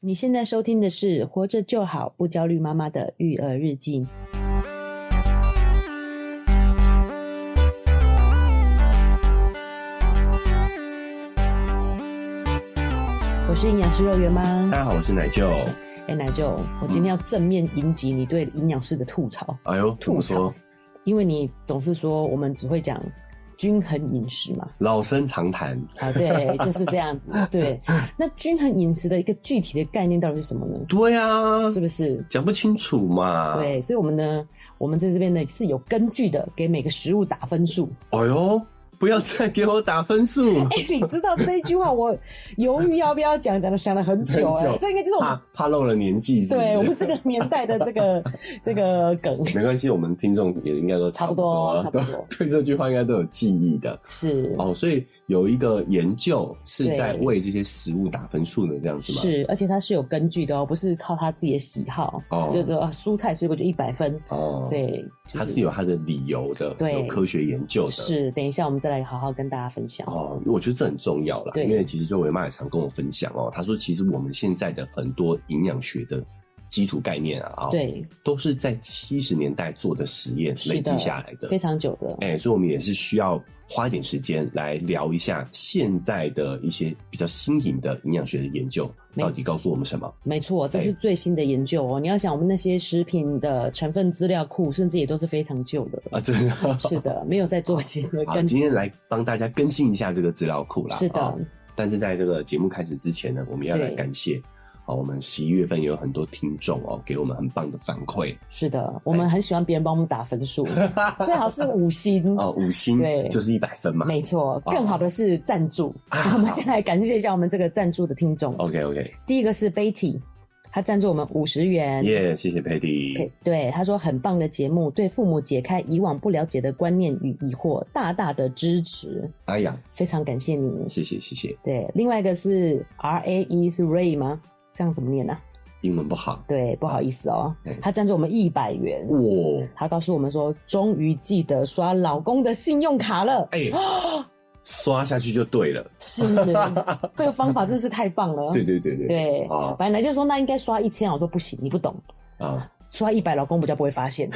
你现在收听的是《活着就好不焦虑妈妈的育儿日记》。我是营养师肉圆妈。大家好，我是奶舅。哎、奶舅，我今天要正面迎击你对营养师的吐槽，哎呦，怎吐么槽说？，因为你总是说我们只会讲均衡饮食嘛。老生常谈。啊，对，就是这样子。对，那均衡饮食的一个具体的概念到底是什么呢？对啊，是不是？讲不清楚嘛。，对，所以我们呢，我们在这边呢是有根据的，给每个食物打分数。哎呦，不要再给我打分数，哎、你知道这一句话，我犹豫要不要讲，讲了想了很久、很久啊哎，这应该就是我们、怕怕漏了年纪是不是对我们这个年代的这 个这个梗。没关系，我们听众也应该都差差不不多多，差不多对这句话应该都有记忆的。是哦，所以有一个研究是对在为这些食物打分数的，这样子吗？是，而且它是有根据的哦，不是靠他自己的喜好。哦就是说啊蔬菜水果就一百分，哦，，对，就它是有它的理由的，对有科学研究的。是。等一下我们再来好好跟大家分享。哦，我觉得这很重要啦，对因为其实周维妈也常跟我分享哦，她说其实我们现在的很多营养学的基础概念啊，哦，对，都是在七十年代做的实验是的累积下来的非，常久的。哎、所以我们也是需要花一点时间来聊一下现在的一些比较新颖的营养学的研究没到底告诉我们什么。没错，这对是最新的研究哦。你要想，我们那些食品的成分资料库，甚至也都是非常旧 的。啊，真的是的，没有在做新的 好，更今新。天来帮大家更新一下这个资料库啦。是的哦但是在这个节目开始之前呢，我们要来对感谢哦，我们十一月份也有很多听众哦，给我们很棒的反馈是哎的，我们很喜欢别人帮我们打分 数，最好是五星。哦，五星对就是一百分嘛。没错，更好的是赞 助。啊我们先来感谢一下我们这个赞助的听众。 OK OK，第一个是 Betty，他赞助我们五十元。耶、谢谢佩嗯蒂对。对，他说很棒的节目，对父母解开以往不了解的观念与疑惑，大大的支持，哎呀，非常感谢你。谢谢谢谢，对，另外一个是 R A E 是 Ray 吗？这样怎么念呢、啊？英文不好，对，不好意思哦对，他赞助我们一百元，哇、他告诉我们说，终于记得刷老公的信用卡了。 哎、刷下去就对了。是，这个方法真是太棒了。对对对对哦对啊本来就说那应该刷一千，我说不行，你不懂，啊，刷一百老公比较不会发现。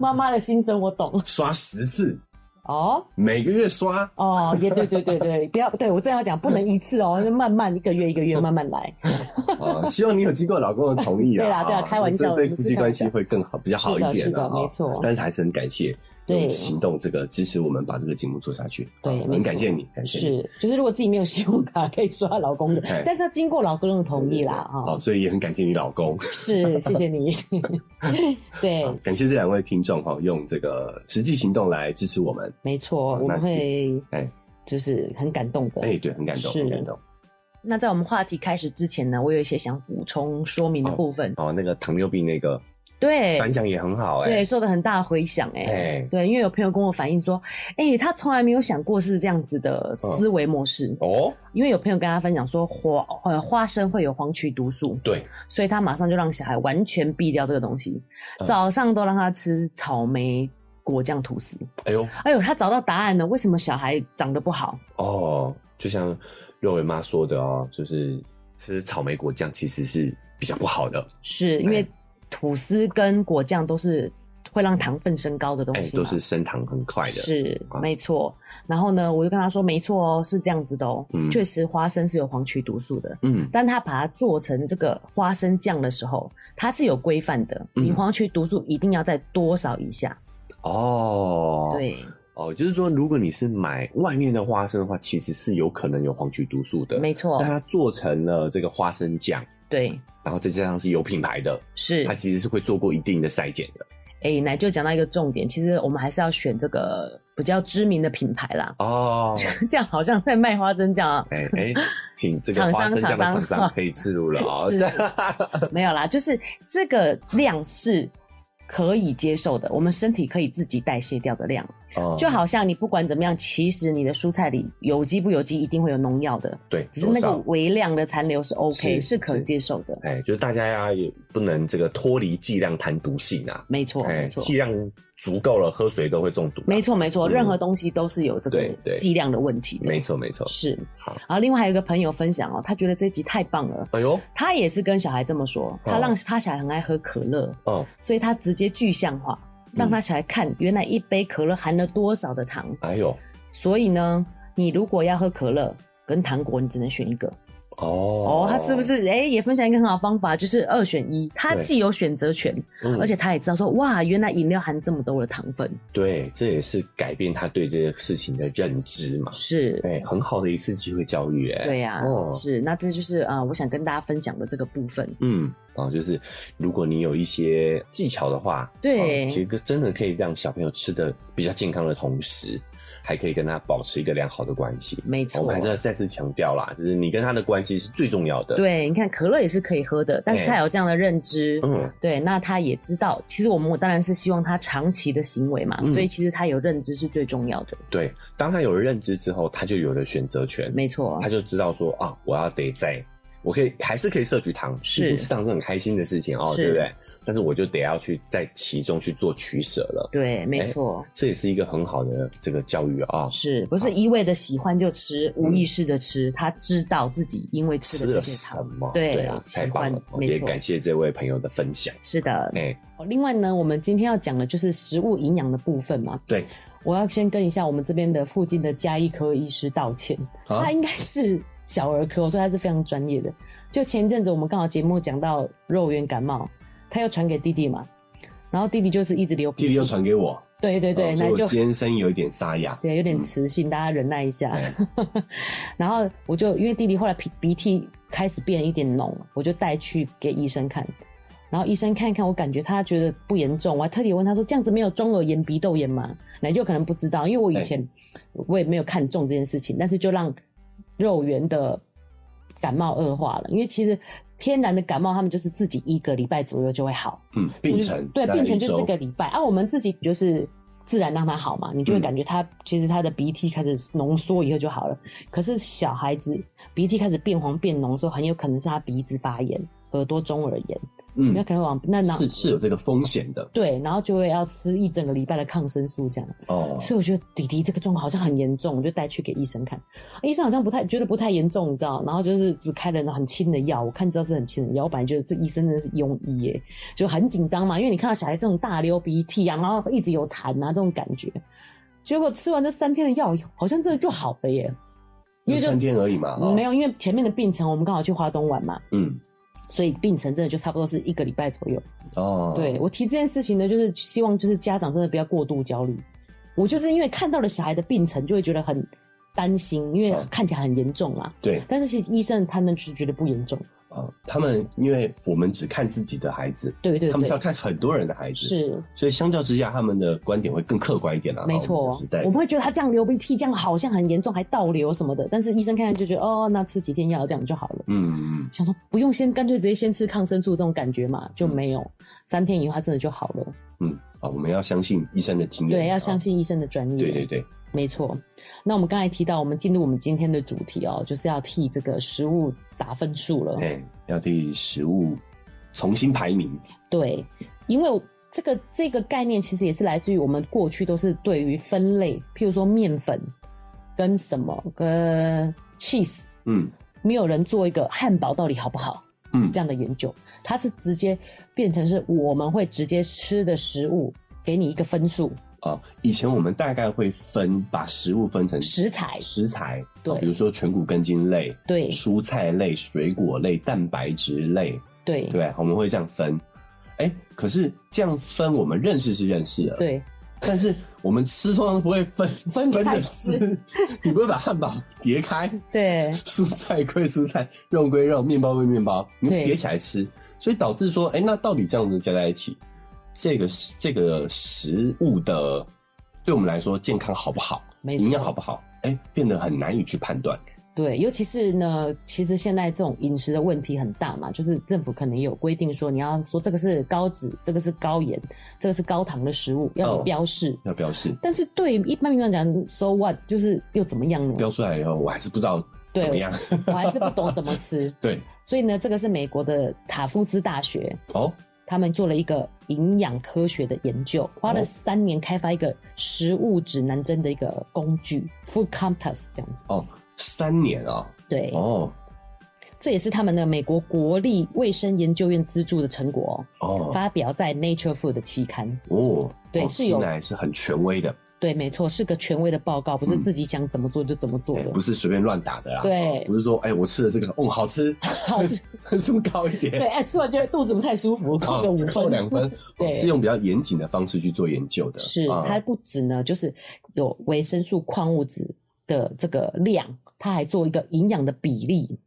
妈妈的心声我懂。刷十次，哦每个月 刷。哦，也对对对对，不要对我这样讲，不能一次哦，慢慢一个月一个月慢慢来。啊，希望你有经过老公的同意啊。对啦对啦啊开玩笑这我对们夫是开妻玩关系笑会更好，比较好一是点的是的啊没错但是还是很感谢对哦用行动这个支持我们把这个节目做下去。对啊没很错感谢你，感谢你。是，就是如果自己没有信用卡，可以刷老公的 哎，但是要经过老公的同意啦对对啊、对哦，所以也很感谢你老公，哦是，谢谢 你。对，感谢这两位听众哈，用这个实际行动来支持我们。没错，好我们那会哎就是很感动的。哎，对，很感动，是很感动。那在我们话题开始之前呢，我有一些想补充说明的部分。哦，那个糖尿病那个对，反响也很好哎。对，受到很大的回响哎、哎对，因为有朋友跟我反映说，哎、他从来没有想过是这样子的思维模式。哦，因为有朋友跟他分享说花呃花生会有黄曲毒素，对，所以他马上就让小孩完全避掉这个东西，嗯早上都让他吃草莓果酱吐司。哎呦，哎呦，他找到答案了，为什么小孩长得不好？哦，就像肉尾妈说的哦，就是吃草莓果酱其实是比较不好哦的，是因为哎吐司跟果酱都是会让糖分升高的东哎，西嘛，都是升糖很快的。是啊没错。然后呢，我就跟他说，没错哦，是这样子的哦，嗯确实花生是有黄曲毒素的。嗯，但他把它做成这个花生酱的时候，它是有规范的，嗯你黄曲毒素一定要在多少以下？哦，，对，哦，就是说，如果你是买外面的花生的话，其实是有可能有黄曲毒素的。没错但，它做成了这个花生酱，对，然后再加上是有品牌的，是它。其实是会做过一定的筛检的。哎，奶就讲到一个重点，其实我们还是要选这个比较知名的品牌啦。 哦，这样好像在卖花生 酱啊，哎哎，请这厂个商花生酱的厂商厂商可以吃入了哦。是没有啦，就是这个量是可以接受的，我们身体可以自己代谢掉的量。 哦 就好像你不管怎么样，其实你的蔬菜里有机不有机一定会有农药的，对，只是那多个少微量的残留是 OK，是是可接受的。哎，就是大家呀也不能这个脱离剂量谈毒性啊。没错，哎，没错，剂量足够了，喝水都会中毒啊。没错没错，嗯任何东西都是有这个对对剂量的问题的。没错，没错。是。好然后另外还有一个朋友分享哦，他觉得这集太棒了。哎呦，他也是跟小孩这么说，他让他小孩很爱喝可乐，哦，所以他直接具象化，嗯让他小孩看原来一杯可乐含了多少的糖。哎呦，所以呢，你如果要喝可乐跟糖果，你只能选一个。哦，哦，他是不？是哎、也分享一个很好的方法，就是二选一，他对既有选择权，嗯而且他也知道说哇，原来饮料含这么多的糖分，对，这也是改变他对这个事情的认知嘛。是。哎，很好的一次机会教育，哎，对呀、哦是，那这就是啊、呃我想跟大家分享的这个部分。嗯，啊，就是如果你有一些技巧的话，对啊其实真的可以让小朋友吃的比较健康的同时，还可以跟他保持一个良好的关系。没我错们还，是要再次强调啦，就是你跟他的关系是最重要的。，对，你看可乐也是可以喝的，但是哎他有这样的认知，嗯，对，那他也知道，其实我们当然是希望他长期的行为嘛，嗯所以其实他有认知是最重要的，对，当他有了认知之后，他就有了选择权，没错他，就知道说啊，我要得在。我可以还是可以摄取糖，是毕竟吃糖是很开心的事情哦，是对不对？但是我就得要去在其中去做取舍了，对，没哎错。这也是一个很好的这个教育啊、是不是一味的喜欢就吃，无意识的吃？他知道自己因为嗯吃吃了这了些什糖。么？对啊喜太棒欢了！没也错感谢这位朋友的分享。是的。哎、哦另外呢，我们今天要讲的就是食物营养的部分嘛。对，我要先跟一下我们这边的附近的加医科医师道歉，啊他应该是小儿科，所以他是非常专业的。就前一阵子我们刚好节目讲到肉圆感冒，他又传给弟弟嘛，然后弟弟就是一直流鼻弟弟涕又，传给我，对对啊对，哦所以那我就今天声音有一点沙哑，对，有点磁性，大家忍耐一下。 然后我就因为弟弟后来鼻鼻涕开始变一点浓，我就带去给医生看。然后医生看一看，我感觉他觉得不严重，我还特地问他说：“这样子没有中耳炎、鼻窦炎吗？”奶舅可能不知道，因为我以前我也没有看重这件事情，但是就让肉圆的感冒恶化了。因为其实天然的感冒，他们就是自己一个礼拜左右就会好。嗯，病程对，大概病程一就周这个礼拜啊，我们自己就是自然让它好嘛，你就会嗯感觉它、其实它的鼻涕开始浓缩以后就好了。可是小孩子鼻涕开始变黄变浓的时候，很有可能是他鼻子发炎、耳朵中耳炎，嗯那、，可能往那那是是有这个风险的对，然后就会要吃一整个礼拜的抗生素这样。哦。所以我觉得弟弟这个状况好像很严重，我就带去给医生看，医生好像不太觉得不太严重，你知道，然后就是只开了很轻的药，我看知道是很轻的药，我本来觉得这医生真的是庸医耶，就很紧张嘛，因为你看到小孩这种大流鼻涕啊，然后一直有痰啊这种感觉，结果吃完这三天的药，好像真的就好了耶，因为就就三天而已嘛，哦没有，因为前面的病程我们刚好去华东玩嘛，嗯，所以病程真的就差不多是一个礼拜左右。哦，对，我提这件事情呢，就是希望就是家长真的不要过度焦虑。我就是因为看到了小孩的病程，就会觉得很担心，因为嗯看起来很严重啦。对但是其实医生他们是觉得不严重，哦他们因为我们只看自己的孩子，对对他们是要对，看很多人的孩子，，是所以相较之下，他们的观点会更客观一点啦。没哦我错们讲实在的我们会觉得他这样流鼻涕，这样好像很严重，还倒流什么的。但是医生看看就觉得，哦，那吃几天药这样就好了。嗯，嗯想说不用先，干脆直接先吃抗生素这种感觉嘛，就没有、三天以后他真的就好了。嗯，啊，我们要相信医生的经验，对，要哦相，信医生的专业。对对对，没错，那我们刚才提到，我们进入我们今天的主题哦，就是要替这个食物打分数了。哎，要对食物重新排名，对，因为这个这个概念其实也是来自于我们过去都是对于分类，譬如说面粉跟什么跟 cheese，嗯没有人做一个汉堡到底好不好嗯这样的研究，它是直接变成是我们会直接吃的食物给你一个分数，啊，以前我们大概会分把食物分成食材食材，对啊比如说全谷根茎类、对蔬菜类、水果类、蛋白质类，对对，我们会这样分。哎，可是这样分，我们认识是认识的，，对但是我们吃通常不会分分开着吃吃，你不会把汉堡叠开，对蔬菜归蔬菜，肉归肉，面包归面包，你对叠起来吃，所以导致说，哎、那到底这样子加在一起，这个这个食物的对我们来说健康好不好，没错营养好不好，哎、变得很难以去判断。对，尤其是呢，其实现在这种饮食的问题很大嘛，就是政府可能也有规定说，你要说这个是高脂，这个是高盐，这个是高糖的食物，要有哦标示。要标示，但是对一般民众讲，so what，就是又怎么样呢？标出来以后，我还是不知道对怎么样。 我还是不懂怎么吃。对，所以呢，这个是美国的塔夫兹大学，哦，他们做了一个营养科学的研究，花了哦三年开发一个食物指南针的一个工具 （Food Compass） 这样子。哦，三年啊、对，哦，这也是他们的美国国立卫生研究院资助的成果哦、哦，发表在《Nature Food》的期刊。哦，对哦是有听来是很权威的，对，没错，是个权威的报告，不是嗯自己想怎么做就怎么做哎的。不是随便乱打的啦，对不是说哎、我吃了这个，嗯，好吃， 好 吃，分数高一对，点，哎，吃完觉得肚子不太舒服，扣个哦五分，扣两分，对是用比较严谨的方式去做研究的，是啊它不止呢，就是有维生素、矿物质的这个量，它还做一个营养的比例，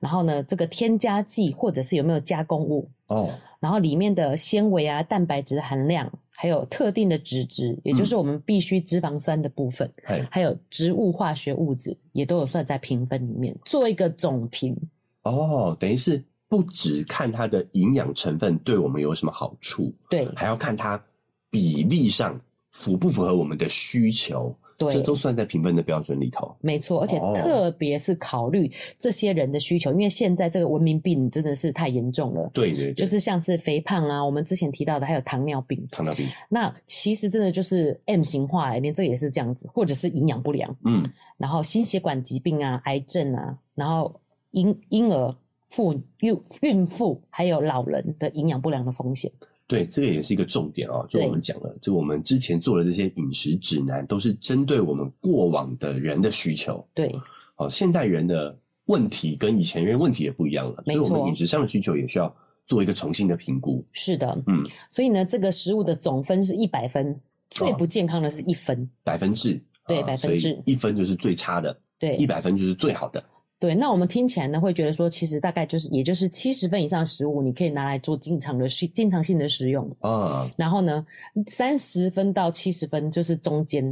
然后呢，这个添加剂或者是有没有加工物，哦，然后里面的纤维啊、蛋白质含量，还有特定的脂质，也嗯就是我们必需脂肪酸的部分，哎，还有植物化学物质，也都有算在评分里面，做一个总评。哦，等于是不只看它的营养成分对我们有什么好处，对还要看它比例上符不符合我们的需求，对，这都算在评分的标准里头。没错，而且哦特别是考虑这些人的需求，因为现在这个文明病真的是太严重了。对对对，就是像是肥胖啊，我们之前提到的，还有糖尿病。糖尿病，那其实真的就是 M 型化、欸，连这个也是这样子，或者是营养不良，嗯，然后心血管疾病啊、癌症啊，然后婴婴儿、妇孕孕妇还有老人的营养不良的风险。对，这个也是一个重点哦。就对我们讲了，就我们之前做的这些饮食指南，都是针对我们过往的人的需求。对，哦，现代人的问题跟以前人问题也不一样了，所没以错我们饮食上的需求也需要做一个重新的评估。是的，嗯，所以呢，这个食物的总分是一百分，哦最不健康的是一分。百分制，对啊百分制所以一分就是最差的，对，一百分就是最好的。对，那我们听起来呢，会觉得说，其实大概就是，也就是七十分以上的食物，你可以拿来做经常的食、经常性的食用。啊，然后呢，三十分到七十分就是中间，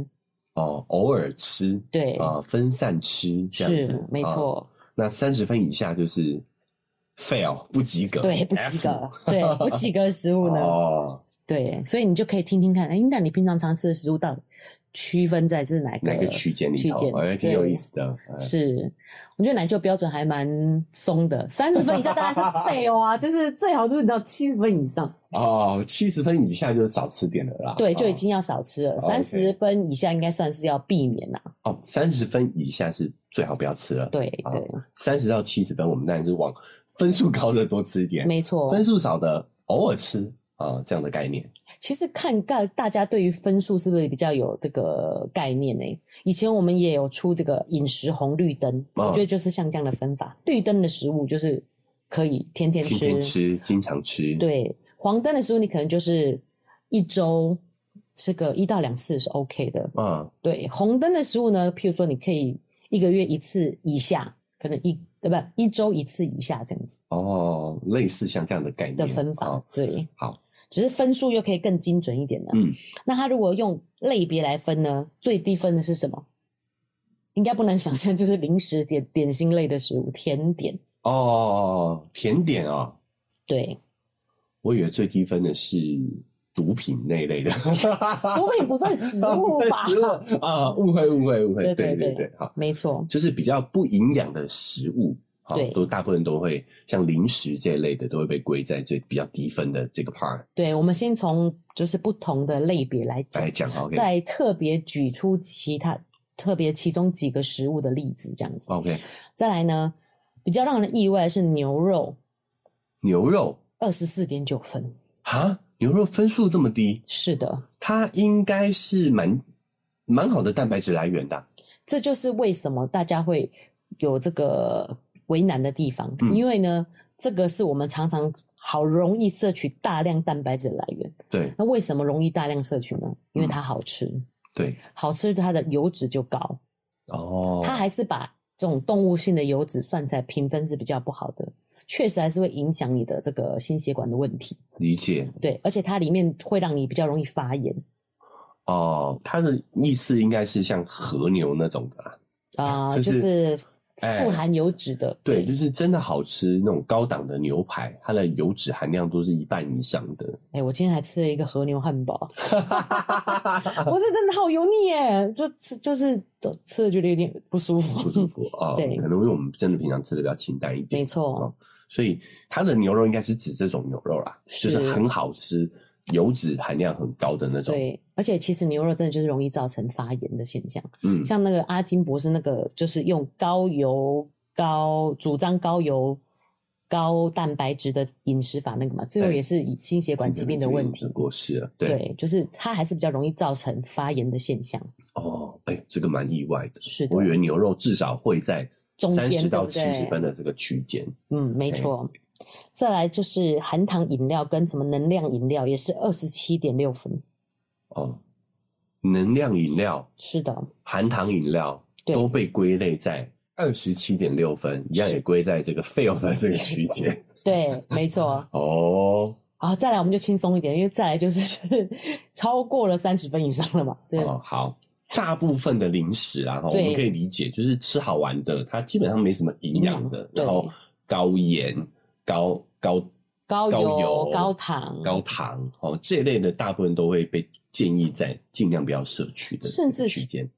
哦，偶尔吃，对，啊，分散吃这样是子，没啊错，那三十分以下就是 fail 不及格，对，不及 F 格， 对，不及格的食物呢，哦，对，所以你就可以听听看，哎，那你平常常吃的食物到底区分在这是哪个哪个区间里区头间？哎，挺有意思的。哎是，我觉得奶舅标准还蛮松 的，三十分以下当然是废啊，就是最好就是到七十分以上。哦，七十分以下就少吃点了啦。对，就已哦经要少吃了。 OK 三十分以下应该算是要避免啦。哦，三十分以下是最好不要吃了。对啊对，三十到七十分，我们当然是往分数高的多吃一点，没错分。数少的偶尔吃啊，这样的概念。其实看大大家对于分数是不是比较有这个概念呢、以前我们也有出这个饮食红绿灯，嗯我觉得就是像这样的分法。绿灯的食物就是可以天天天吃，天吃，经常吃。，对。黄灯的食物你可能就是一周吃个一到两次是 OK 的。啊，对，红灯的食物呢，譬如说你可以一个月一次以下，可能一对吧，一周一次以下这样子哦，类似像这样的概念的分法。啊对，好，只是分数又可以更精准一点的。嗯，那它如果用类别来分呢，最低分的是什么？应该不难想象，就是零食点点心类的食物，甜点。哦，甜点啊， 对，我以为最低分的是毒品那一类的， 不过也不算食物吧？不 算食物啊，误会误会误会，哦对对对对对对，好，没错，就是比较不营养的食物。好对，都大部分都会像零食这一类的，都会被归在最比较低分的这个 part 对，我们先从就是不同的类别来讲来，讲。OK 再特别举出其他特别其中几个食物的例子，这样子。 OK，再来呢，比较让人意外的是牛肉，牛肉二十四点九分。哈，牛肉分数这么低，是的，它应该是蛮蛮好的蛋白质来源的啊。这就是为什么大家会有这个为难的地方，嗯因为呢，这个是我们常常好容易摄取大量蛋白质的来源。对那为什么容易大量摄取呢？嗯因为它好吃，对，好吃它的油脂就高，哦，它还是把这种动物性的油脂算在评分是比较不好的。确实还是会影响你的这个心血管的问题，理解对，而且它里面会让你比较容易发炎，哦，它的意思应该是像和牛那种的啦。啊、就就是是哎富含油脂的，对，就是真的好吃那种高档的牛排，它的油脂含量都是一半以上 的。哎、我今天还吃了一个和牛汉 堡，我是真的好油腻耶，就吃就是都吃了觉得有点不舒不服。舒服啊，对可能因为我们真的平常吃的比较清淡一点哦没，错，所以它的牛肉应该是指这种牛肉啦，就是是很好吃，油脂含量很高的那种。对，而且其实牛肉真的就是容易造成发炎的现象，嗯，像那个阿金博士那个，就是用高油高主张高油高蛋白质的饮食法那个嘛，最后对也是以心血管疾病的问题。过世了。对，对，就是它还是比较容易造成发炎的现象。哦，哎、这个蛮意外的。是的我以为牛肉至少会在中三间十对到不七对十分的这个区间。嗯，没 OK 错。再来就是含糖饮料跟什么能量饮料，也是二十七点六分。哦，能量饮料、是的，含糖饮料对都被归类在二十七点六分，一样也归在这个 fail 的这个区 间。 对，没错。哦，啊，再来我们就轻松一点，因为再来就是 超过了三十分以上了嘛。对，哦，好。大部分的零食啊，哈我对们可以理解，就是吃好玩的，它基本上没什么营养的，营养对然后高盐、高高高高油、油高糖、高糖哦这一类的，大部分都会被建议在尽量不要摄取的甚至这个区间。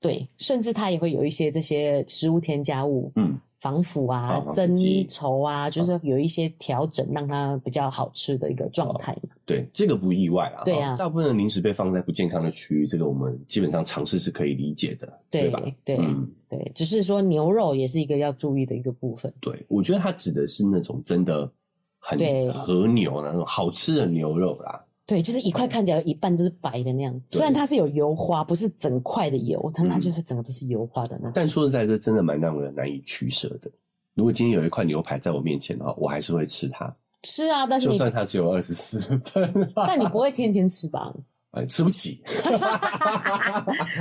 对，甚至它也会有一些这些食物添加物，嗯，防腐啊啊、防腐增剂哦稠啊，就是有一些调整，让它比较好吃的一个状哦态嘛。对，这个不意外啦。对哦啊大部分的零食被放在不健康的区域，这个我们基本上尝试是可以理解的，对吧？对嗯，对，只是说牛肉也是一个要注意的一个部分。对，我觉得它指的是那种真的很对和牛那种好吃的牛肉啦。对，就是一块看起来有一半都是白的那样，嗯对虽然它是有油花，不是整块的油，但它嗯就是整个都是油花的那种。但说实在，这真的蛮让人难以取舍的。如果今天有一块牛排在我面前的话，我还是会吃它，吃啊，但是就你算它只有二十四分， 但你不会天天吃吧？哎，吃不起。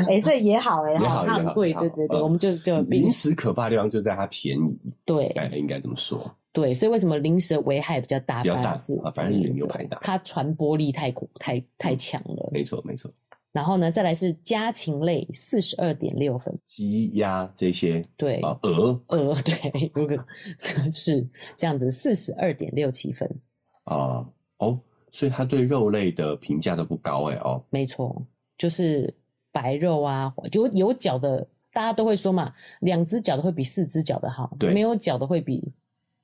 哎、所以也好哎、 也好它也很好贵，也好对对对，嗯我们就就零食可怕的地方就在它便宜，对哎，应该这么说。对，所以为什么零食的危害比较大？比较反而大是嗯啊反而是牛排大嗯它传播力太恐太太强了。没错，没错，然后呢，再来是家禽类，四十二点六分，鸡、鸭这些对，啊，鹅呃，对，如果 是这样子，四十二点六七分，啊，哦，所以他对肉类的评价都不高哎哦，没错，就是白肉啊，有有脚的，大家都会说嘛，两只脚的会比四只脚的好，对没有脚的会比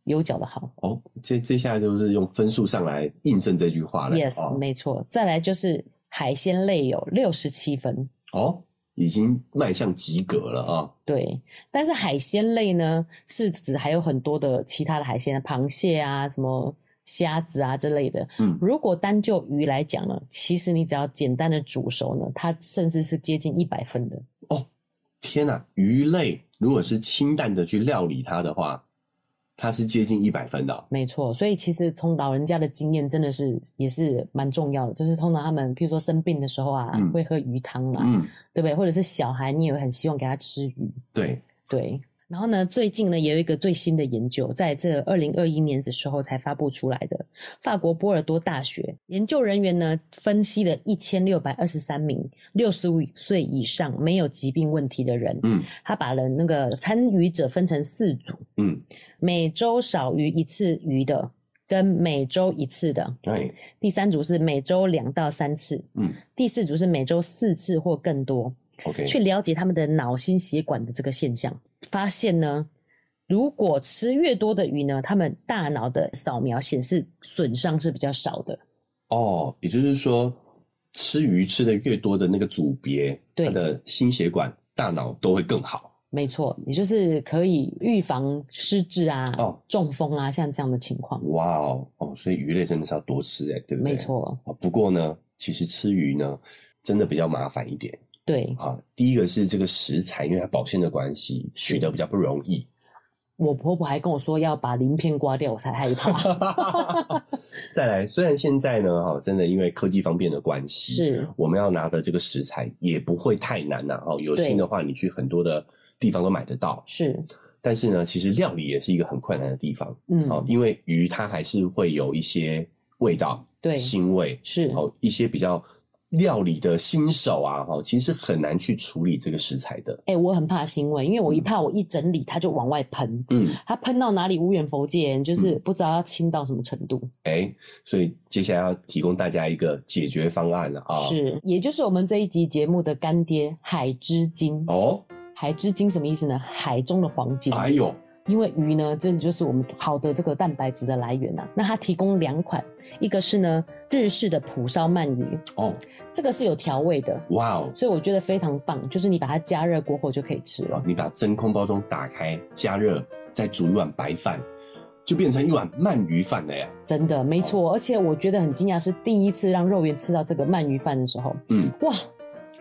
有脚的好。哦，这这下就是用分数上来印证这句话了 Yes，、哦没错。再来就是海鲜类有六十七分，哦，已经迈向及格了啊，对。但是海鲜类呢，是指还有很多的其他的海鲜，螃蟹啊、什么虾子啊之类的。嗯如果单就鱼来讲呢，其实你只要简单的煮熟呢，它甚至是接近一百分的。哦天哪、鱼类如果是清淡的去料理它的话，它是接近一百分的哦、没错，所以其实从老人家的经验，真的是也是蛮重要的。就是通常他们，譬如说生病的时候啊，嗯会喝鱼汤啊，嗯，对不对？或者是小孩，你也会很希望给他吃鱼。对，对，然后呢，最近呢也有一个最新的研究，在这二零二一年的时候才发布出来的。法国波尔多大学研究人员呢分析了一千六百二十三名六十五岁以上没有疾病问题的人，嗯他把人那个参与者分成四组，嗯，每周少于一次鱼的，跟每周一次的，对，第三组是每周两到三次，嗯第四组是每周四次或更多。 ，OK，去了解他们的脑心血管的这个现象，发现呢，如果吃越多的鱼呢，他们大脑的扫描显示损伤是比较少的。哦，也就是说，吃鱼吃的越多的那个组别，对它的心血管、大脑都会更好。没错，也就是可以预防失智啊、哦中风啊，像这样的情况。哇哦，哦，所以鱼类真的是要多吃哎、对不对？没错，哦。不过呢，其实吃鱼呢，真的比较麻烦一点对啊。第一个是这个食材，因为它保鲜的关系，取得比较不容 易。 我婆婆还跟我说要把鳞片刮掉，我才害怕。 再来，虽然现在呢，哈、真的因为科技方便的关系，是，我们要拿的这个食材也不会太难呐、哦，有对心的话，你去很多的地方都买得到。是，但是呢，其实料理也是一个很困难的地方嗯，哦，因为鱼它还是会有一些味道，对腥味，是，哦，一些比较料理的新手啊，哈、哦，其实很难去处理这个食材的。哎、我很怕腥味，因为我一怕我一整理它就往外喷，嗯，它喷到哪里无远佛界，就是不知道要清到什么程度。哎，所以接下来要提供大家一个解决方案了啊。是，也就是我们这一集节目的干爹海之金。哦，海之金什么意思呢？海中的黄金。哎呦，因为鱼呢，这就是我们好的这个蛋白质的来源啊。那它提供两款，一个是呢日式的蒲烧鳗鱼，哦，这个是有调味的，哇哦，所以我觉得非常棒，就是你把它加热过后就可以吃了。你把真空包装打开，加热，再煮一碗白饭，就变成一碗鳗鱼饭了呀。真的，没错，而且我觉得很惊讶，是第一次让肉圆吃到这个鳗鱼饭的时候，嗯，哇，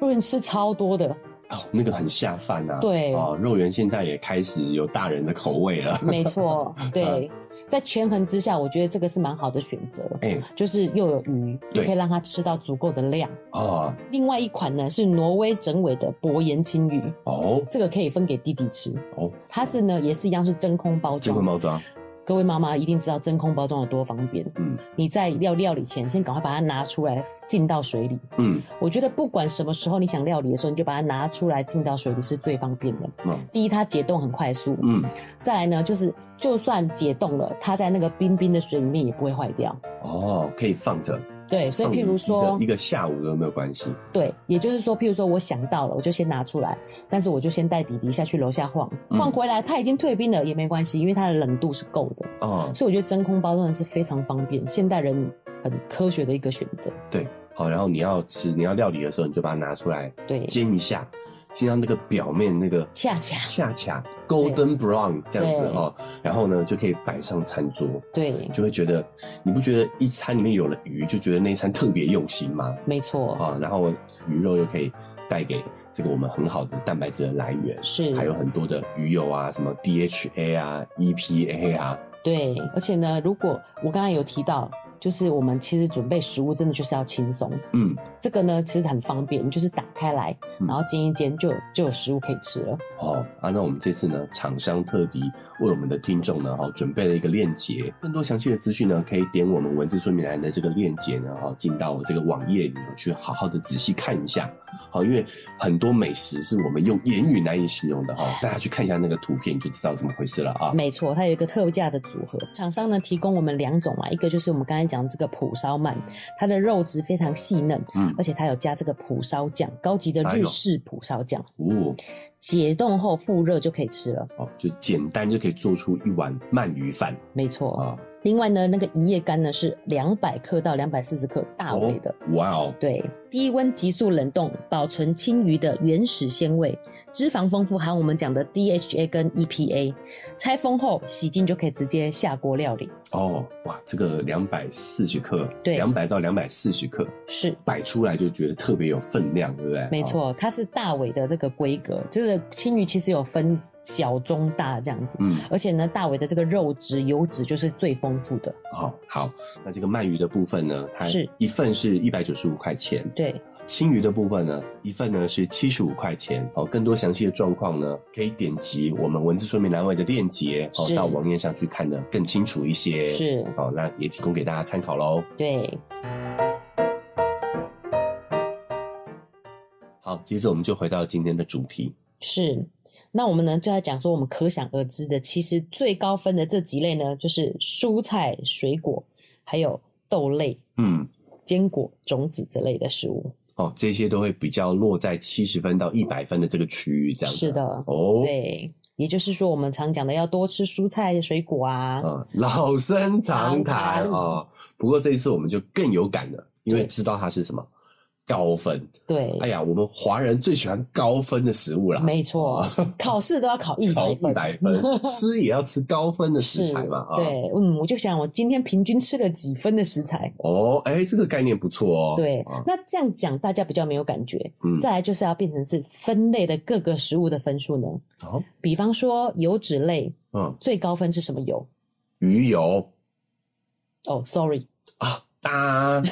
肉圆吃超多的，哦，那个很下饭啊。对哦，肉圆现在也开始有大人的口味了。 没错，对，在权衡之下，我觉得这个是蛮好的选择，哎、就是又有鱼，对又可以让它吃到足够的量。哦另外一款呢是挪威整尾的薄盐青鱼，哦这个可以分给弟弟吃，哦，它是呢也是一样是真空包金装龟。猫抓，各位妈妈一定知道真空包装有多方便，嗯你在料料理前先赶快把它拿出来浸到水里。嗯我觉得不管什么时候你想料理的时候，你就把它拿出来浸到水里是最方便的。嗯第一，它解冻很快速，嗯，再来呢，就是就算解冻了，它在那个冰冰的水里面也不会坏掉。哦，可以放着。对，所以放譬如说一个一，个下午都没有关系。对，也就是说，譬如说我想到了，我就先拿出来，但是我就先带弟弟下去楼下晃，嗯晃回来它已经退冰了也没关系，因为它的冷度是够的。哦，所以我觉得真空包装的是非常方便，现代人很科学的一个选择。对，好，然后你要吃，你要料理的时候，你就把它拿出来对，煎一下，煎到那个表面那个恰恰恰恰 golden brown 这样子对哦，然后呢就可以摆上餐桌，对，就会觉得你不觉得一餐里面有了鱼，就觉得那一餐特别用心吗？没错，啊、然后鱼肉又可以带给这个我们很好的蛋白质的来源，是还有很多的鱼油啊，什么 DHA 啊、EPA 啊，对。而且呢，如果我刚刚有提到，就是我们其实准备食物真的就是要轻松，嗯，这个呢其实很方便，你就是打开来，嗯然后煎一煎就有就有食物可以吃了。哦啊，那我们这次呢，厂商特地为我们的听众呢，哈、准备了一个链接，更多详细的资讯呢，可以点我们文字说明栏的这个链接呢，哈、进到我这个网页里面去好好的仔细看一下，好、因为很多美食是我们用言语难以形容的哈、大家去看一下那个图片，你就知道怎么回事了啊。没错，它有一个特价的组合，厂商呢提供我们两种嘛，一个就是我们刚才讲这个蒲烧鳗，它的肉质非常细嫩，嗯，而且它有加这个蒲烧酱，高级的哎日呦式蒲烧酱，哦解冻后复热就可以吃了。哦，就简单就可以做出一碗鳗鱼饭没错，啊，另外呢，那个一夜干呢是两百克到两百四十克大尾的。哦哇哦，对，低温急速冷冻，保存青鱼的原始鲜味，脂肪丰富，含我们讲的 DHA 跟 EPA。拆封后洗净就可以直接下锅料理。哦哇，这个两百四十克，对两百到两百四十克，是，摆出来就觉得特别有分量，对不对？没哦，错，它是大尾的这个规格，这个青鱼其实有分小、中、大这样子。嗯，而且呢，大尾的这个肉质、油脂就是最丰富的。好、好。那这个鳗鱼的部分呢，它是一份是一百九十五块钱，对，青鱼的部分呢，一份呢是七十五块钱。哦，更多详细的状况呢，可以点击我们文字说明栏位的链接，哦，是到网页上去看的更清楚一些。，是，哦，那也提供给大家参考喽。对，好，接着我们就回到今天的主题。是，那我们呢就在讲说，我们可想而知的，其实最高分的这几类呢，就是蔬菜、水果，还有豆类、嗯，坚果、种子这类的食物。哦，这些都会比较落在七十分到一百分的这个区域，这样子。是。的，哦，对，也就是说，我们常讲的要多吃蔬菜、水果啊。啊，老生常常谈谈啊。不过这一次我们就更有感了，因为对知道它是什么高分。对，哎呀，我们华人最喜欢高分的食物啦，没错，考试都要考一哦考百一分。百分， 吃也要吃高分的食是材嘛啊。对，嗯，我就想我今天平均吃了几分的食材。哦，哎，这个概念不错哦。对啊，那这样讲大家比较没有感觉。嗯，再来就是要变成是分类的各个食物的分数呢。哦，比方说油脂类嗯，最高分是什么油？鱼油哦，sorry， 啊，哒，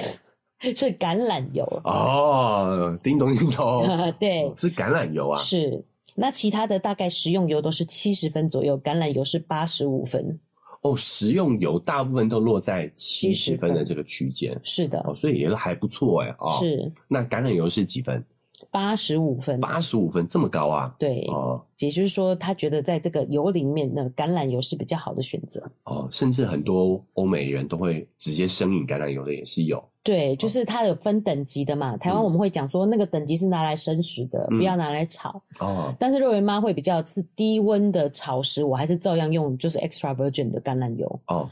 是橄榄油。哦，叮咚叮咚， 对，是橄榄油啊。是。那其他的大概食用油都是七十分左右，橄榄油是八十五分。哦，食用油大部分都落在七十70分的分这个区间。是的，哦，所以也都还不错哎哦，是那橄榄油是几分？八十五分。八十五分，这么高啊？对，哦也就是说，他觉得在这个油里面呢，橄榄油是比较好的选择。哦，甚至很多欧美人都会直接生饮橄榄油的也是有对，就是它有分等级的嘛。台湾我们会讲说，那个等级是拿来生食的，嗯不要拿来炒。哦，但是肉圆妈会比较是低温的炒食，我还是照样用就是 extra virgin 的橄榄油。哦，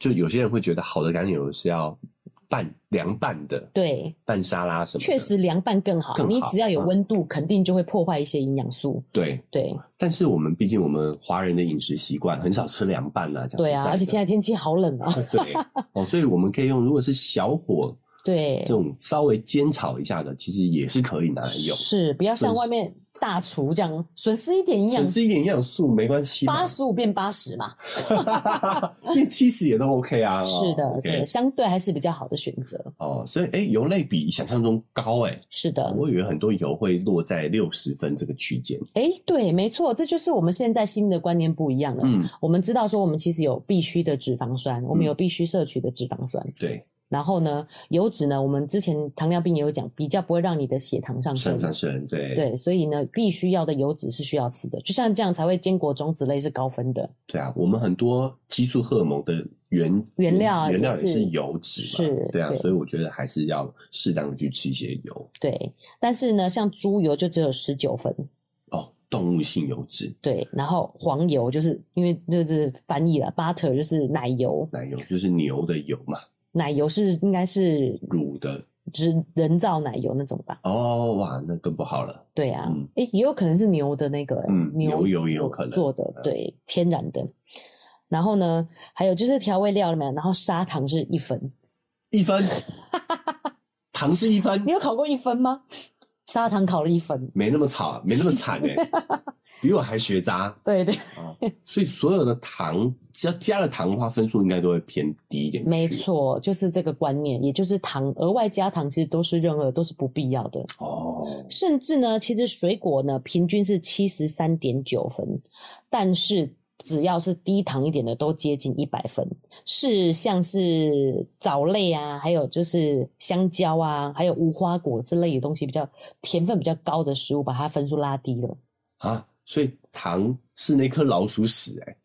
就就有些人会觉得好的橄榄油是要拌凉拌的，对，拌沙拉什么的，确实凉拌更好，更好嗯你只要有温度，肯定就会破坏一些营养素。对。对但是我们毕竟我们华人的饮食习惯很少吃凉拌啊，讲实对啊，在的而且现在天气好冷啊。对哦，所以我们可以用，如果是小火对这，种稍微煎炒一下的，其实也是可以拿来用，是不要像损失外面大厨这样损失一点营养损，失一点营养素没关系嘛，八十五变八十嘛。 变七十也都 OK 啊。哦是的，是 OK 的，相对还是比较好的选择。哦，所以哎，油类比想象中高哎，是的，我以为很多油会落在六十分这个区间。诶，对，没错，这就是我们现在新的观念不一样了。嗯，我们知道说，我们其实有必须的脂肪酸，我们嗯有必须摄取的脂肪酸。对，然后呢，油脂呢，我们之前糖尿病也有讲，比较不会让你的血糖上升上。上升，对对，所以呢，必须要的油脂是需要吃的，就像这样才会坚果种子类是高分的。对啊，我们很多激素荷尔蒙的原原料原料也是也是油脂嘛，是对啊，对所以我觉得还是要适当的去吃一些油对，但是呢，像猪油就只有十九分，哦，动物性油脂。对，然后黄油就是因为就是翻译了，butter 就是奶油，奶油就是牛的油嘛，奶油是应该是乳的植人造奶油那种吧？哦，哇，那更不好了。对啊嗯，诶、也有可能是牛的那个、嗯牛油也有做可能做的嗯，对，天然的。然后呢，还有就是调味料了没有？然后砂糖是一分，一 分，糖是一分你，有考过一分吗？砂糖考了一分，没那么吵，没那 么惨哎、比我还学渣。对对，所以所有的糖，只要加了糖的话，分数应该都会偏低一点。没。错，就是这个观念，也就是糖额外加糖，其实都是任何都是不必要的。哦，甚至呢，其实水果呢平均是七十三点九分，但是只要是低糖一点的都接近一百分，是像是藻类啊，还有就是香蕉啊，还有无花果之类的东西比较甜分比较高的食物，把它分数拉低了，啊，所以糖是那颗老鼠屎 哎、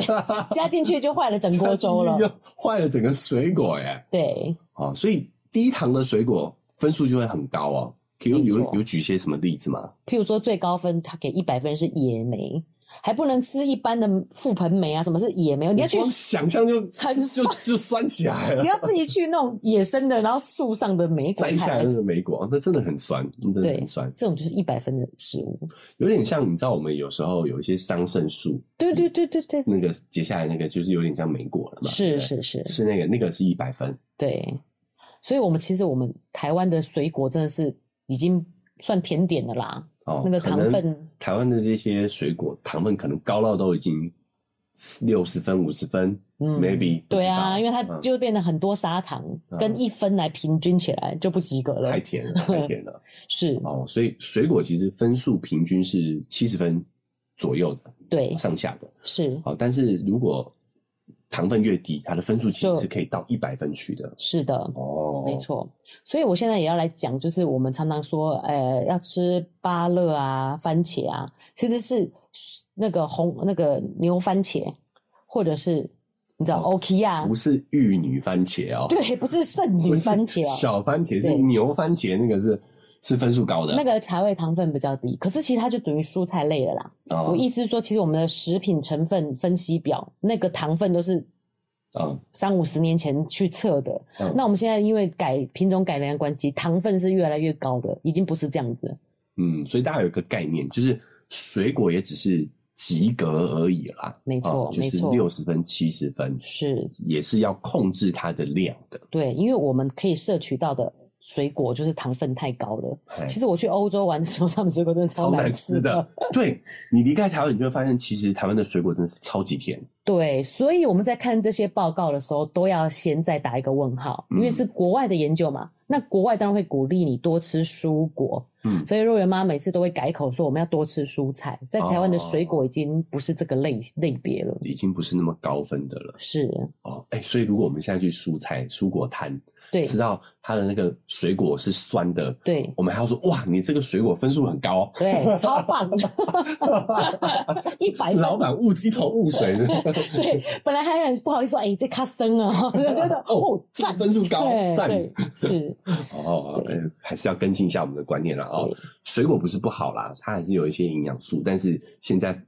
欸，加进去就坏了整锅粥就了。坏了整个水果哎、对，哦，所以低糖的水果分数就会很高哦。可以有没有错有举一些什么例子吗？譬如说最高分，它给一百分是野莓，还不能吃一般的覆盆莓啊，什么是野莓？你要去光想象就很就就酸起来了你。要自己去那种野生的，然后树上的莓果 摘下采来来那吃个。莓果，那真的很酸，那真的对很酸，这种就是一百分的食物。有点像你知道我们有时候有一些桑葚树，对对对对对，那个结下来那个就是有点像莓果了嘛，嗯对是是不对，是，吃那个那个是一百分，对。所以，我们其实我们台湾的水果真的是已经算甜点的啦。哦，那个可糖能分台湾的这些水果糖分可能高到都已经六十分五十分、嗯 m a y b e 对啊，因为它嗯就变得很多砂糖，嗯跟一分来平均起来就不及格了太。甜 了，太甜了是，哦，所以水果其实分数平均是七十分左右的对，上下的，是好、但是如果糖分越低，它的分数其实就是可以到一百分去的。是的，哦，没错。所以我现在也要来讲，就是我们常常说，呃，要吃芭乐啊、番茄啊，其实是那个红那个牛番茄，或者是你知道哦 OK 啊不，是玉女番茄哦，对，不是剩女不是番茄哦，小番茄是对牛番茄，那个是是分数高的。那个才会糖分比较低。可是其实它就等于蔬菜类了啦。啊我意思是说，其实我们的食品成分分析表那个糖分都是啊三五十年前去测的。嗯那我们现在因为改品种改良的关系，糖分是越来越高的，已经不是这样子了。嗯，所以大家有一个概念，就是水果也只是及格而已啦。没错啊就没是错六十分、七十分，是也是要控制它的量的。对，因为我们可以摄取到的水果就是糖分太高了。哎其实我去欧洲玩的时候， 他们水果真的超难难吃的的。。对你离开台湾，你就会发现，其实台湾的水果真的是超级甜。对，所以我们在看这些报告的时候，都要先再打一个问号，因为嗯是国外的研究嘛。那国外当然会鼓励你多吃蔬果，嗯，所以肉圆妈每次都会改口说我们要多吃蔬菜。在台湾的哦水果已经不是这个类、类别了。已经不是那么高分的了。是，哦，哎、所以如果我们现在去蔬菜蔬果摊，对吃到它的那个水果是酸的，对我们还要说哇，你这个水果分数很高，哦 对，超棒，一百分。老板误一头雾水的，对，本来还很不好意思说，哎、这咖生 啊，就是哦 哦，这个赞，分数高，对赞， 对是，哦，对呃，还是要更新一下我们的观念了哦对。水果不是不好啦，它还是有一些营养素，但是现在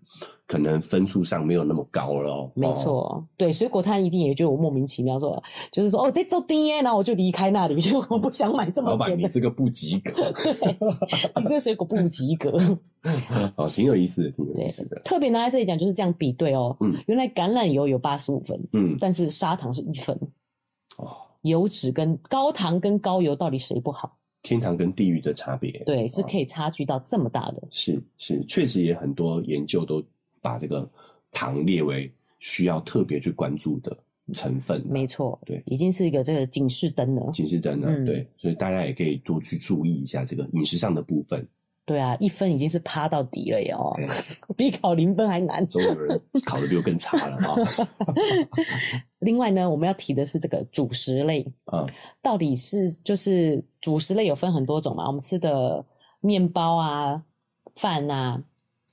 可能分数上没有那么高了哦。没哦，错，对，水果摊一定也觉得我莫名其妙说，就是说哦，这做 D A，然后我就离开那里，就我不想买这么老板甜你的，这个不及 格，你这个水果不及 格。哦，挺有意思的，挺有对意思的，。特别拿在这里讲就是这样比对哦，嗯原来橄榄油有八十五分，嗯，但是砂糖是一分，哦，油脂跟高糖跟高油到底谁不好？天堂跟地狱的差别，对，是哦可以差距到这么大的。是是，确实也很多研究都把这个糖列为需要特别去关注的成分，没错，对已经是一个这个警示灯了。警示灯呢，嗯对，所以大家也可以多去注意一下这个饮食上的部分。对啊，一分已经是趴到底了耶哦哎， 比考零分还难。总有人考的比我更差了啊！另外呢，我们要提的是这个主食类，啊，到底是就是主食类有分很多种嘛？我们吃的面包啊、饭啊、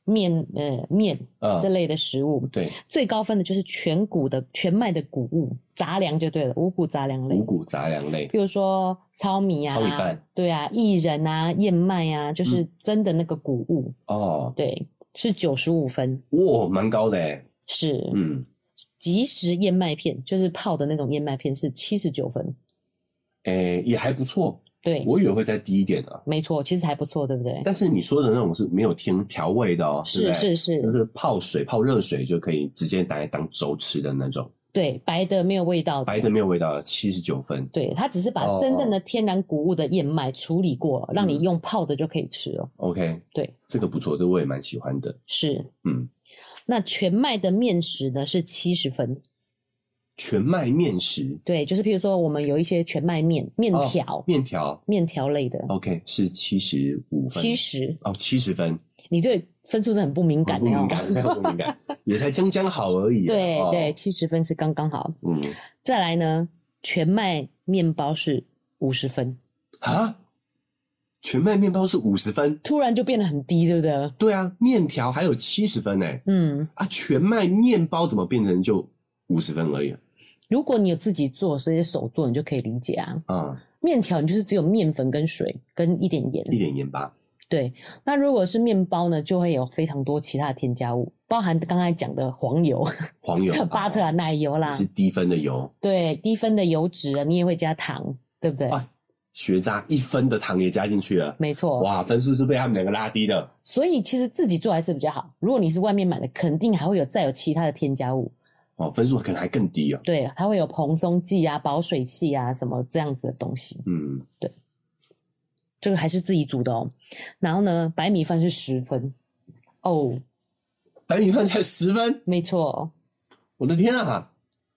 面呃面嗯这类的食物，对，最高分的就是全谷的全麦的谷物杂粮就对了，五谷杂粮类五，谷杂粮类比如说糙米啊、糙米饭，嗯对啊，薏仁啊、燕麦啊，就是真的那个谷物，哦，对，是九十五分，哇，蛮高的欸是嗯，即食燕麦片，就是泡的那种燕麦片是七十九分，诶，也还不错，对，我以为会再低一点呢、没错，其实还不错，对不对？但是你说的那种是没有添调味的哦，对是不对是是，就是泡水泡热水就可以直接拿来当粥吃的那种，对，白的没有味道的，白的没有味道的，七十九分。对，它只是把哦嗯真正的天然谷物的燕麦处理过，让你用泡的就可以吃了。 OK，对，这个不错，这我也蛮喜欢的。是，嗯，那全麦的面食呢是七十分，全麦面食、对，就是譬如说我们有一些全麦面面哦条、面条面条类的， ，OK 是七十五分，七十，哦，七十分，你对分数是很不敏感不的敏哦。感， 不敏感，也才将将好而已 啊。对哦对，，七十分是刚刚好。嗯再来呢，全麦面包是五十分，啊，全麦面包是五十分，突然就变得很低，对不对？对啊，面条还有七十分呢、嗯，啊，全麦面包怎么变成就五十分而已啊如果你有自己做，所以手做，你就可以理解啊。啊？面条你就是只有面粉跟水跟一点盐，一点盐巴，对。那如果是面包呢，就会有非常多其他的添加物，包含刚才讲的黄 油、黄油巴特啊、奶油啦是，低分的油，对，低分的油脂啊，你也会加糖，对不对？啊学渣一分的糖也加进去了，没错，哇，分数是被他们两个拉低的。所以其实自己做还是比较好。如果你是外面买的，肯定还会有再有其他的添加物，哦，分数可能还更低啊。对，它会有蓬松剂啊、保水器啊什么这样子的东西。嗯，这个还是自己煮的哦。然后呢，白米饭是十分，哦，白米饭才十分，没错，哦我的天啊！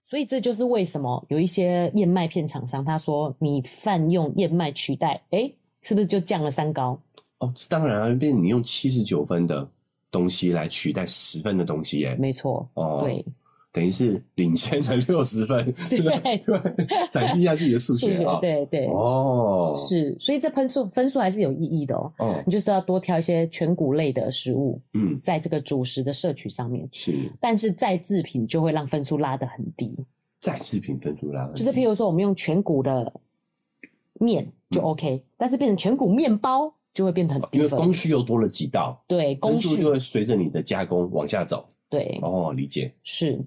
所以这就是为什么有一些燕麦片厂商他说你饭用燕麦取代，诶，是不是就降了三高？哦，当然啊，变成你用七十九分的东西来取代十分的东西耶。没错，哦，对，等于是领先了六十分，对对对，展示一下自己的数数学学啊。对对、哦，是，所以这分数分数还是有意义的哦。哦，你就是要多挑一些全谷类的食物，嗯，在这个主食的摄取上面。是但是再制品就会让分数拉得很低，再次评分出来，就是譬如说我们用全谷的面就 OK，、但是变成全谷面包就会变得很嗯因低为分。工序又多了几道，对，分工数序就会随着你的加工往下走。对，哦，理解。是，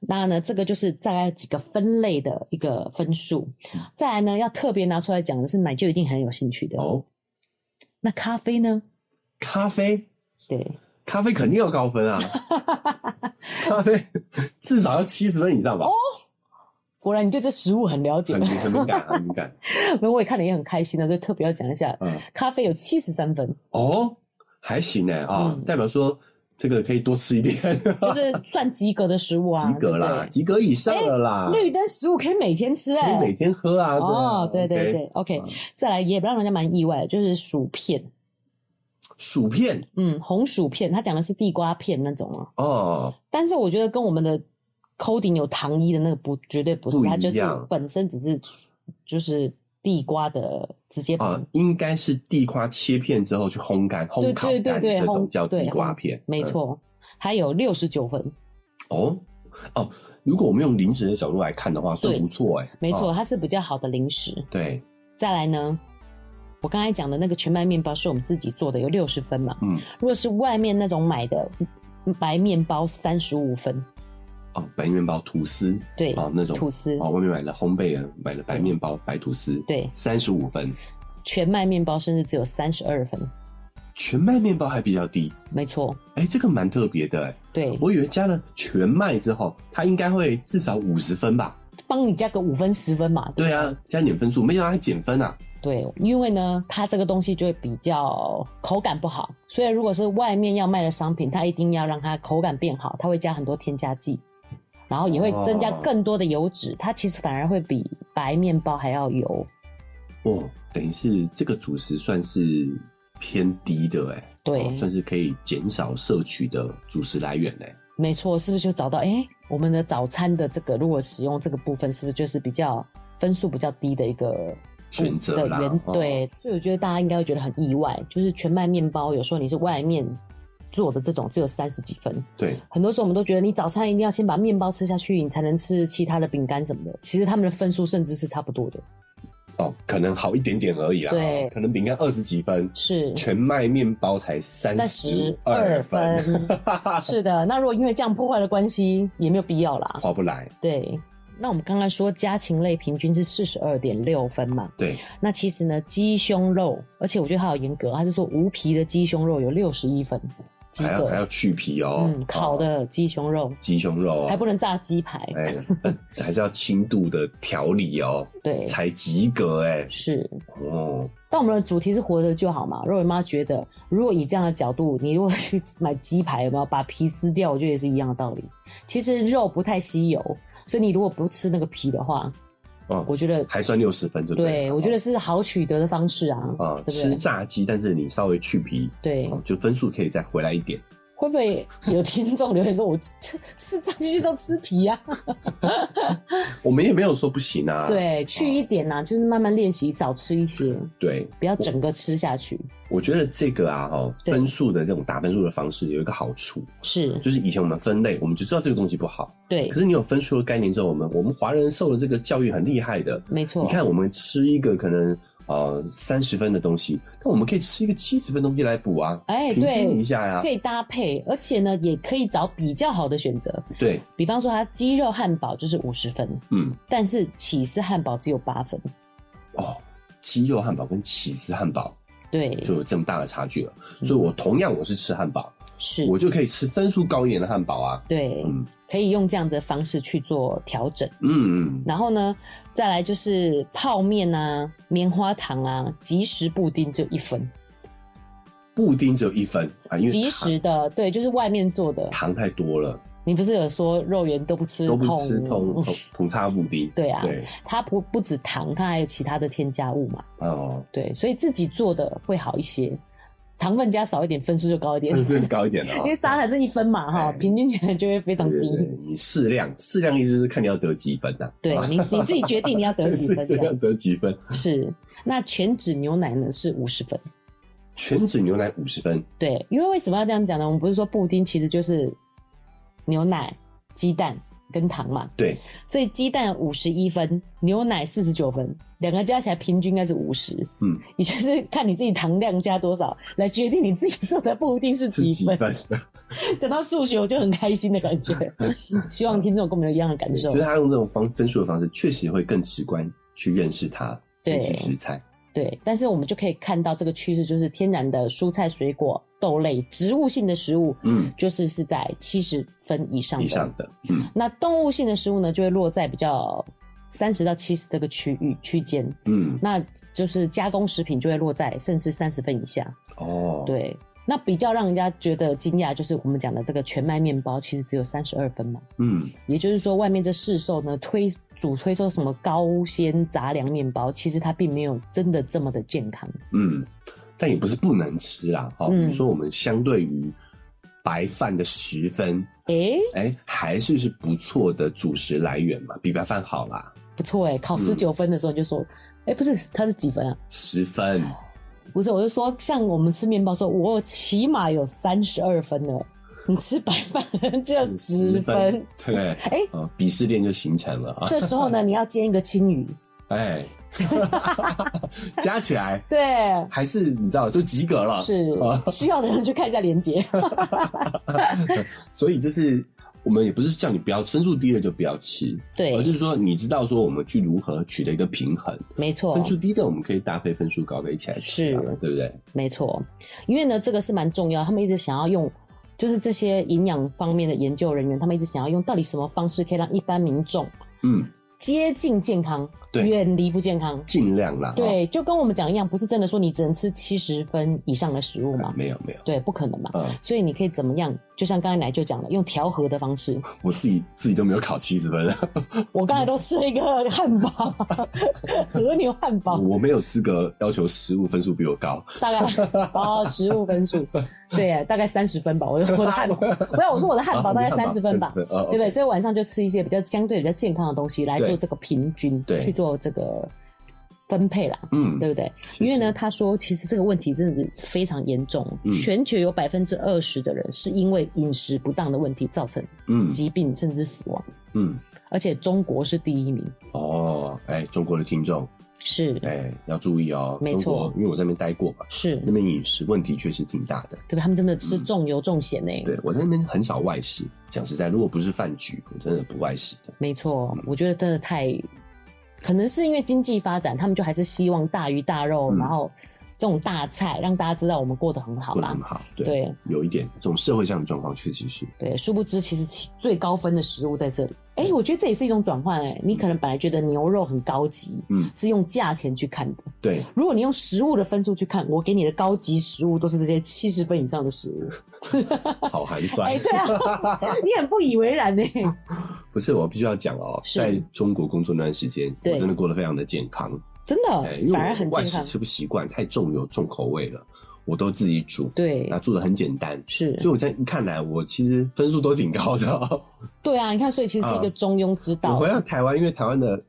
那呢，这个就是大概几个分类的一个分数。嗯再来呢，要特别拿出来讲的是奶就一定很有兴趣的。哦，那咖啡呢？咖啡，对，咖啡肯定要高 分啊，咖啡至少要七十分以上吧。哦果然你对这食物很了解很。很敏感，很 敏感。没有我也看了也很开心的，啊所以特别要讲一下，嗯，咖啡有七十三分，哦，还行呢啊嗯，代表说这个可以多吃 一点，就是算及格的食物啊，及格啦，对不及格以上了啦对。绿灯食物可以每天吃可哎、以每天喝啊。哦，对对对，OK，OK 嗯再来也让人家蛮意外的，就是薯片，薯片嗯，红薯片，他讲的是地瓜片那种啊，哦，但是我觉得跟我们的 coding 有糖衣的那个不绝对不是，不一它样就是本身只是就是地瓜的直接把啊，应该是地瓜切片之后去烘干、烘对烤对对干对这种烘叫对地瓜烘片，没嗯错，还有六十九分，哦哦，如果我们用零食的角度来看的话，算对不错哎、没错，哦它是比较好的零食。对，再来呢，我刚才讲的那个全麦面包是我们自己做的，有六十分嘛。嗯，如果是外面那种买的白面包，三十五分。哦，白面包、吐司，对，哦，那种吐司，哦，外面买了烘焙的，买了白面包、白吐司，对三十五分，全麦面包甚至只有三十二分。全麦面包还比较低，没错，哎、这个蛮特别的、哎，对，我以为加了全麦之后，它应该会至少五十分吧？帮你加个五分十分嘛。对不啊，加点分数，没想到还减分啊！对，因为呢，它这个东西就会比较口感不好，所以如果是外面要卖的商品，它一定要让它口感变好，它会加很多添加剂，然后也会增加哦更多的油脂，它其实反而会比白面包还要油。哦，等于是这个主食算是偏低的、哎，对，哦算是可以减少摄取的主食来源、哎。没错，是不是就找到？哎，我们的早餐的这个，如果使用这个部分，是不是就是比较分数比较低的一个选择的啦原哦对，所以我觉得大家应该会觉得很意外，就是全麦面包，有时候你是外面做的这种，只有三十几分，对，很多时候我们都觉得你早餐一定要先把面包吃下去，你才能吃其他的饼干什么的。其实他们的分数甚至是差不多的，哦，可能好一点点而已啦。哦对可能饼干二十几分，是全麦面包才三十32二分，是的。那如果因为这样破坏了关系，也没有必要啦。划不来。对，那我们刚刚说家禽类平均是四十二点六分嘛，对，那其实呢，鸡胸肉，而且我觉得它好严格，它是说无皮的鸡胸肉有六十一分，及还要还格。要去皮哦，嗯，烤哦的鸡胸肉鸡胸肉哦，还不能炸鸡排，哎，呃 还是要轻度的调理哦，对，才及格哎。是。哦，但我们的主题是活着就好嘛。肉圆妈觉得，如果以这样的角度，你如果去买鸡排，有没有把皮撕掉？我觉得也是一样的道理。其实肉不太稀有，所以你如果不吃那个皮的话，哦，我觉得还算六十分，对不对，我觉得得是好取得的方式啊，啊，对吃不对？炸鸡，但是你稍微去皮，对，哦就分数可以再回来一点。会不会有听众留言说，我吃 吃炸鸡就是要吃皮 啊？我们也没有说不行啊，对，去一点呐、就是慢慢练习，少吃一些，对，不要整个吃下去。我觉得这个啊，哦，对分数的这种打分数的方式有一个好处，是就是以前我们分类，我们就知道这个东西不好。对可，是你有分数的概念之后，我们我们华人受了这个教育很厉害的。没错。你看，我们吃一个可能呃三十分的东西，但我们可以吃一个七十分东西来补啊，哎平对均一下呀、可以搭配，而且呢，也可以找比较好的选择。对，比方说，它鸡肉汉堡就是五十分，嗯，但是起司汉堡只有八分。哦，鸡肉汉堡跟起司汉堡对，就有这么大的差距了。所以我同样我是吃汉堡，是，我就可以吃分数高一点的汉堡啊。对，嗯可以用这样的方式去做调整。嗯嗯，然后呢，再来就是泡面啊、棉花糖啊、即食布丁就一分，布丁只有一分啊，因为即糖食的，对，就是外面做的。糖太多了，你不是有说肉圆都不吃都痛？不吃同同同叉布丁。对啊，对它不不止糖，它还有其他的添加物嘛。哦，对，所以自己做的会好一些，糖分加少一点，分数就高一点。分数高一点的、因哦为。沙还是一分嘛哈，哎平均起来就会非常对低对。对，你适量，适量意思是看你要得几分呐、啊。对你你自己决定你要得 几分这这样样得几分？是。那全脂牛奶呢是五十分，全脂牛奶五十分，对，因为为什么要这样讲呢？我们不是说布丁其实就是牛奶、鸡蛋跟糖嘛，对，所以鸡蛋五十一分，牛奶四十九分，两个加起来平均应该是五十。嗯， 也就是看你自己糖量加多少来决定你自己做的布丁是是几几分。 分？讲到数学我就很开心的感 觉，希望听众跟我们有一样的感受就是。他用这种方分数的方式，确实会更直观去认识它，对认识食材。对，但是我们就可以看到这个趋势，就是天然的蔬菜、水果、豆类、植物性的食物，嗯，就是是在七十分以上的。以上的，嗯那动物性的食物呢，就会落在比较三十到七十这个区域区间，嗯，那就是加工食品就会落在甚至三十分以下。哦，，对，那比较让人家觉得惊讶，就是我们讲的这个全麦面包，其实只有三十二分嘛。嗯，也就是说，外面这市售呢推主推说什么高纤杂粮面包，其实它并没有真的这么的健康。嗯，但也不是不能吃啦。好、嗯你说我们相对于白饭的十分，诶，哎、还是是不错的主食来源嘛，比白饭好啦。不错哎、考十九分的时候你就说，哎、不是，他是几分啊？十分，不是，我就说，像我们吃面包的时候，我起码有三十二分了，你吃白饭只有十分。对，哎、啊，鄙视链就形成了啊，这时候呢，你要煎一个青鱼，哎， 加起来对，还是你知道就及格了，是啊需要的人去看一下连接。所以就是我们也不是叫你不要分数低了就不要吃，对而，是说你知道说我们去如何取得一个平衡，没错，分数低的我们可以搭配分数高的一起来吃、啊是，对不对？没错，因为呢，这个是蛮重要，他们一直想要用，就是这些营养方面的研究人员，他们一直想要用到底什么方式可以让一般民众嗯，接近健康，对啊远离不健康。尽量啦，对，就跟我们讲一样，不是真的说你只能吃七十分以上的食物哦、嘛？没有没有，对，不可能嘛。嗯，所以你可以怎么样？就像刚才奶就讲了，用调和的方式。我自己自己都没有考七十分了，我刚才都吃了一个汉堡， 和牛汉堡，我没有资格要求食物分数比我高，大概哦十五分数，对，啊大概三十分吧。我的我的汉堡，不要我说我的汉堡大概三十分吧。对对不对？所以晚上就吃一些比较相对比较健康的东西来对做这个平均，对去做这个分配啦，嗯，对不对？是因为呢，他说其实这个问题真的是非常严重，嗯全球有百分之二十的人是因为饮食不当的问题造成嗯疾病甚至死亡，嗯，而且中国是第一名，哦，哎，中国的听众，是哎，要注意哦，没中国错因为我在那边待过嘛，是，那边饮食问题确实挺大的。对吧？他们真的吃嗯重油重咸呢、对我在那边很少外食，讲实在，如果不是饭局，我真的不外食的。没错，嗯我觉得真的太，可能是因为经济发展，他们就还是希望大鱼大肉，嗯然后这种大菜让大家知道我们过得很好过得啦很。好，对，对有一点这种社会上的状况确实是，对，殊不知其实其最高分的食物在这里。哎、我觉得这也是一种转换。哎，你可能本来觉得牛肉很高级，嗯是用价钱去看的。 对，如果你用食物的分数去看，我给你的高级食物都是这些七十分以上的食物。好寒酸。哎、对啊， 你很不以为然呢、 不是，我必须要讲哦，是在中国工作那段时间，我对真的过得非常的健康，真的哎，因为反而很我外健食康。吃不习惯，太重油重口味了，我都自己煮，对，那做的很简单。是所以，我现在看来，我其实分数都挺高的哦、对啊，你看，所以其实是一个啊中庸之道。我回到台湾，因为台湾的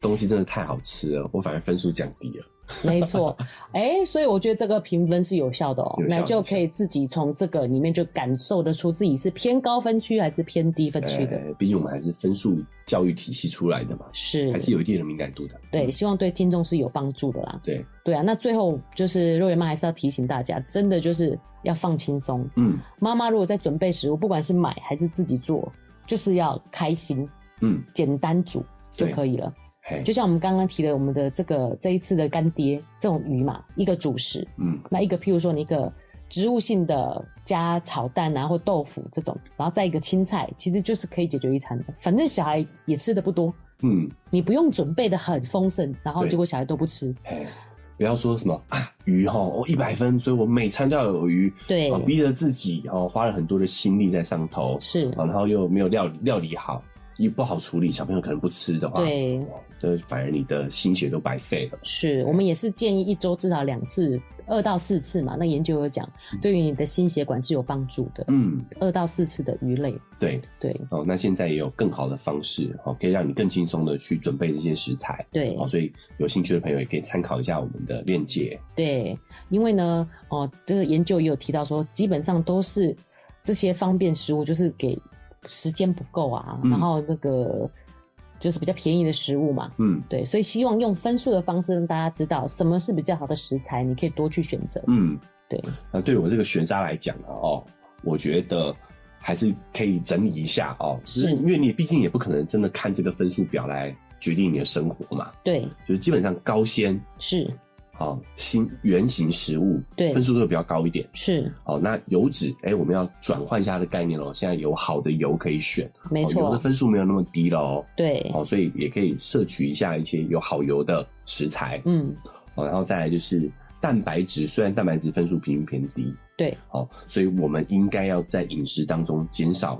东西真的太好吃了，我反而分数降低了。没 错，哎、所以我觉得这个评分是有效的哦有，效那就有效可以自己从这个里面就感受得出自己是偏高分区还是偏低分区的。呃，毕竟我们还是分数教育体系出来的嘛，是，还是有一定嗯的敏感度的。对，希望对听众是有帮助的啦。对，对啊，那最后就是肉圆妈还是要提醒大家，真的就是要放轻松。嗯妈妈如果在准备食物，不管是买还是自己做，就是要开心，嗯，简单煮就对可以了。嘿，就像我们刚刚提的，我们的这个这一次的干爹这种鱼嘛，一个主食，嗯那一个譬如说你一个植物性的加炒蛋啊或豆腐这种，然后再一个青菜，其实就是可以解决一餐的。反正小孩也吃的不多，嗯，你不用准备的很丰盛，然后对结果小孩都不吃。嘿，不要说什么啊鱼哈，我一百分，所以我每餐都要有鱼，对啊逼着自己哦，花了很多的心力在上头，是，啊，然后又没有料理料理好，也不好处理，小朋友可能不吃的话，对，哦，对，反而你的心血都白费了。是我们也是建议一周至少两次，二到四次嘛。那研究有讲，对于你的心血管是有帮助的，嗯，二到四次的鱼类。对，对哦，那现在也有更好的方式，哦，可以让你更轻松的去准备这些食材。对哦，所以有兴趣的朋友也可以参考一下我们的链接。对，因为呢，哦，这个研究也有提到说，基本上都是这些方便食物，就是给时间不够啊，嗯然后那个就是比较便宜的食物嘛。嗯对，所以希望用分数的方式让大家知道什么是比较好的食材，你可以多去选择。嗯，对，那对我这个学渣来讲啊，哦，我觉得还是可以整理一下哦，就是因为你毕竟也不可能真的看这个分数表来决定你的生活嘛，对，就是基本上高纤。是好、哦，新原型食物对分数都会比较高一点。是，好、那油脂，哎、我们要转换一下它的概念哦喽。现在有好的油可以选，没哦油的错，分数没有那么低了哦。对，哦，所以也可以摄取一下一些有好油的食材。嗯，哦，然后再来就是蛋白质，虽然蛋白质分数平均偏低，对，哦，所以我们应该要在饮食当中减少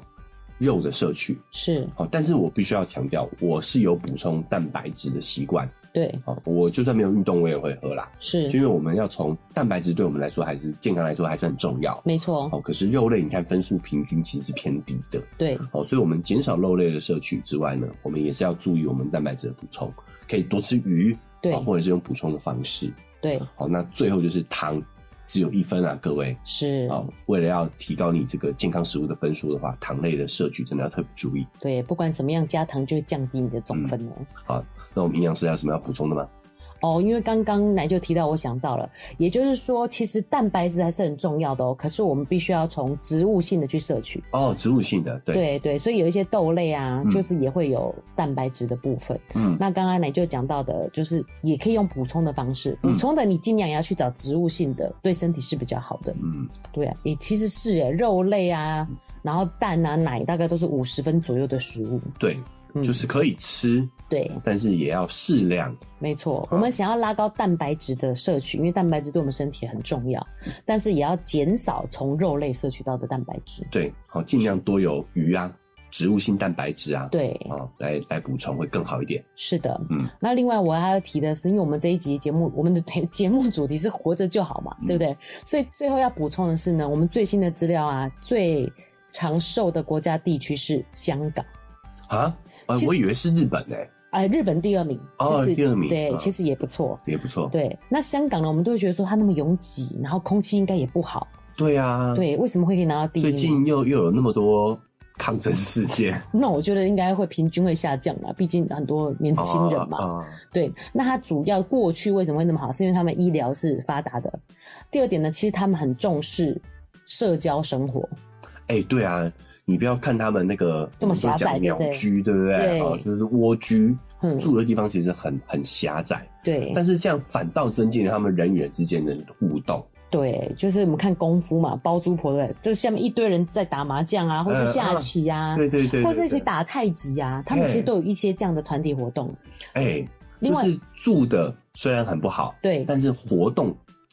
肉的摄取。是哦，但是我必须要强调，我是有补充蛋白质的习惯，对，啊，我就算没有运动，我也会喝啦，就是因为我们要从蛋白质对我们来说还是健康来说还是很重要。没错，哦，可是肉类你看分数平均其实是偏低的，对，哦，所以我们减少肉类的摄取之外呢，我们也是要注意我们蛋白质的补充，可以多吃鱼，对哦或者是用补充的方式。对，好，那最后就是糖，只有一分啊，各位。是，好，为了要提高你这个健康食物的分数的话，糖类的摄取真的要特别注意。对，不管怎么样加糖就会降低你的嗯总分哦。那我们营养师还有什么要补充的吗？哦，因为刚刚奶就提到，我想到了，也就是说，其实蛋白质还是很重要的哦。可是我们必须要从植物性的去摄取，哦，植物性的，对，对对，所以有一些豆类啊，嗯就是也会有蛋白质的部分。嗯，那刚刚奶就讲到的，就是也可以用补充的方式，嗯补充的你尽量也要去找植物性的，对身体是比较好的。嗯，对啊，也其实是耶，肉类啊，然后蛋啊、奶大概都是五十分左右的食物。对，嗯就是可以吃，对，但是也要适量。没嗯错，我们想要拉高蛋白质的摄取，因为蛋白质对我们身体很重要，但是也要减少从肉类摄取到的蛋白质。对，好，尽量多有鱼啊，植物性蛋白质啊，，对，哦，来来补充会更好一点。是的。嗯那另外我还要提的是，因为我们这一集节目，我们的节目主题是活着就好嘛，嗯对不对？所以最后要补充的是呢，我们最新的资料啊，最长寿的国家地区是香港。啊，呃其实我以为是日本呢、哎，日本第二名，哦其实第二名对，嗯其实也不错。也不错。对，那香港呢，我们都会觉得说它那么拥挤，然后空气应该也不好，对啊，，对，为什么会可以拿到第一最名？近又又有那么多抗争事件，那我觉得应该会平均会下降啊，毕竟很多年轻人嘛。啊，啊对，那它主要过去为什么会那么好，是因为他们医疗是发达的。第二点呢，其实他们很重视社交生活，哎、对啊，你不要看他们那个这么狭窄我们对不都讲对鸟居，对不对？对啊就是蜗居，嗯住的地方其实很很狭窄，对但是这样反倒增进了他们人与人之间的互动。对，就是我们看功夫嘛，包租婆的，就下面一堆人在打麻将啊，或者嗯下棋啊，对对对对或是一些对打太极啊，他们其实嗯都有一些这样的团体活动。哎、另就外是住的虽然很不好，对，但是活动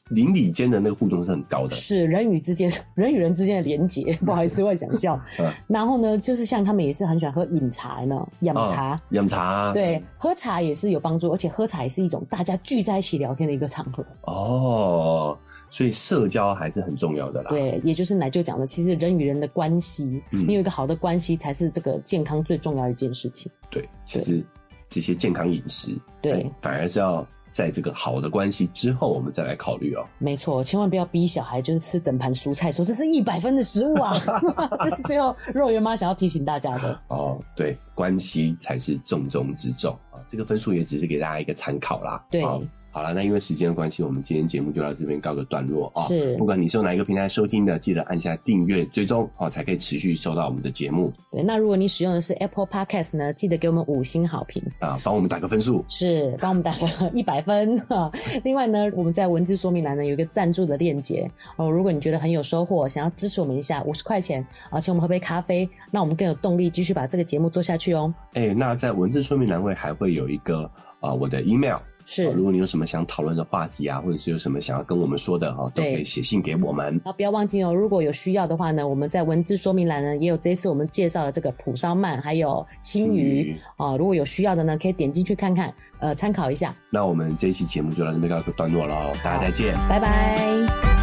邻里间的那个互动是很高的。是人与之间、 人与人之间的连 结，不好意思，我想笑。嗯然后呢，就是像他们也是很喜欢喝饮茶呢，养茶。啊饮茶啊对，喝茶也是有帮助，而且喝茶也是一种大家聚在一起聊天的一个场合。哦，所以社交还是很重要的啦。，对，也就是奶就讲的，其实人与人的关系，啊嗯你有一个好的关系，才是这个健康最重要的一件事情。对，其实这些健康饮食，对哎，反而是要在这个好的关系之后，我们再来考虑哦。没错，千万不要逼小孩就是吃整盘蔬菜，说这是一百分的食物 啊， 这是最后肉圆妈想要提醒大家的。哦，对，关系才是重中之重啊。这个分数也只是给大家一个参考啦。对好好了，那因为时间的关系，我们今天节目就到这边告个段落啊、是不管你是用哪一个平台收听的，记得按下订阅追踪哦，才可以持续收到我们的节目对，那如果你使用的是 Apple Podcast 呢，记得给我们五星好评。啊，帮我们打个分数。是帮我们打个一百分 哈。另外呢，我们在文字说明栏呢有一个赞助的链接哦。如果你觉得很有收获，想要支持我们一下，五十块钱啊，请我们喝杯咖啡，让我们更有动力继续把这个节目做下去哦。哎，那在文字说明栏位还会有一个啊、我的 email。是啊，如果你有什么想讨论的话题啊，或者是有什么想要跟我们说的哈、都可对以写信给我们。然后不要忘记哦，如果有需要的话呢，我们在文字说明栏呢也有这一次我们介绍的这个蒲烧鳗还有青青鱼鱼哦。如果有需要的呢，可以点进去看看，呃，参考一下。那我们这一期节目就到这边告一个段落了哦，大家再见。拜拜。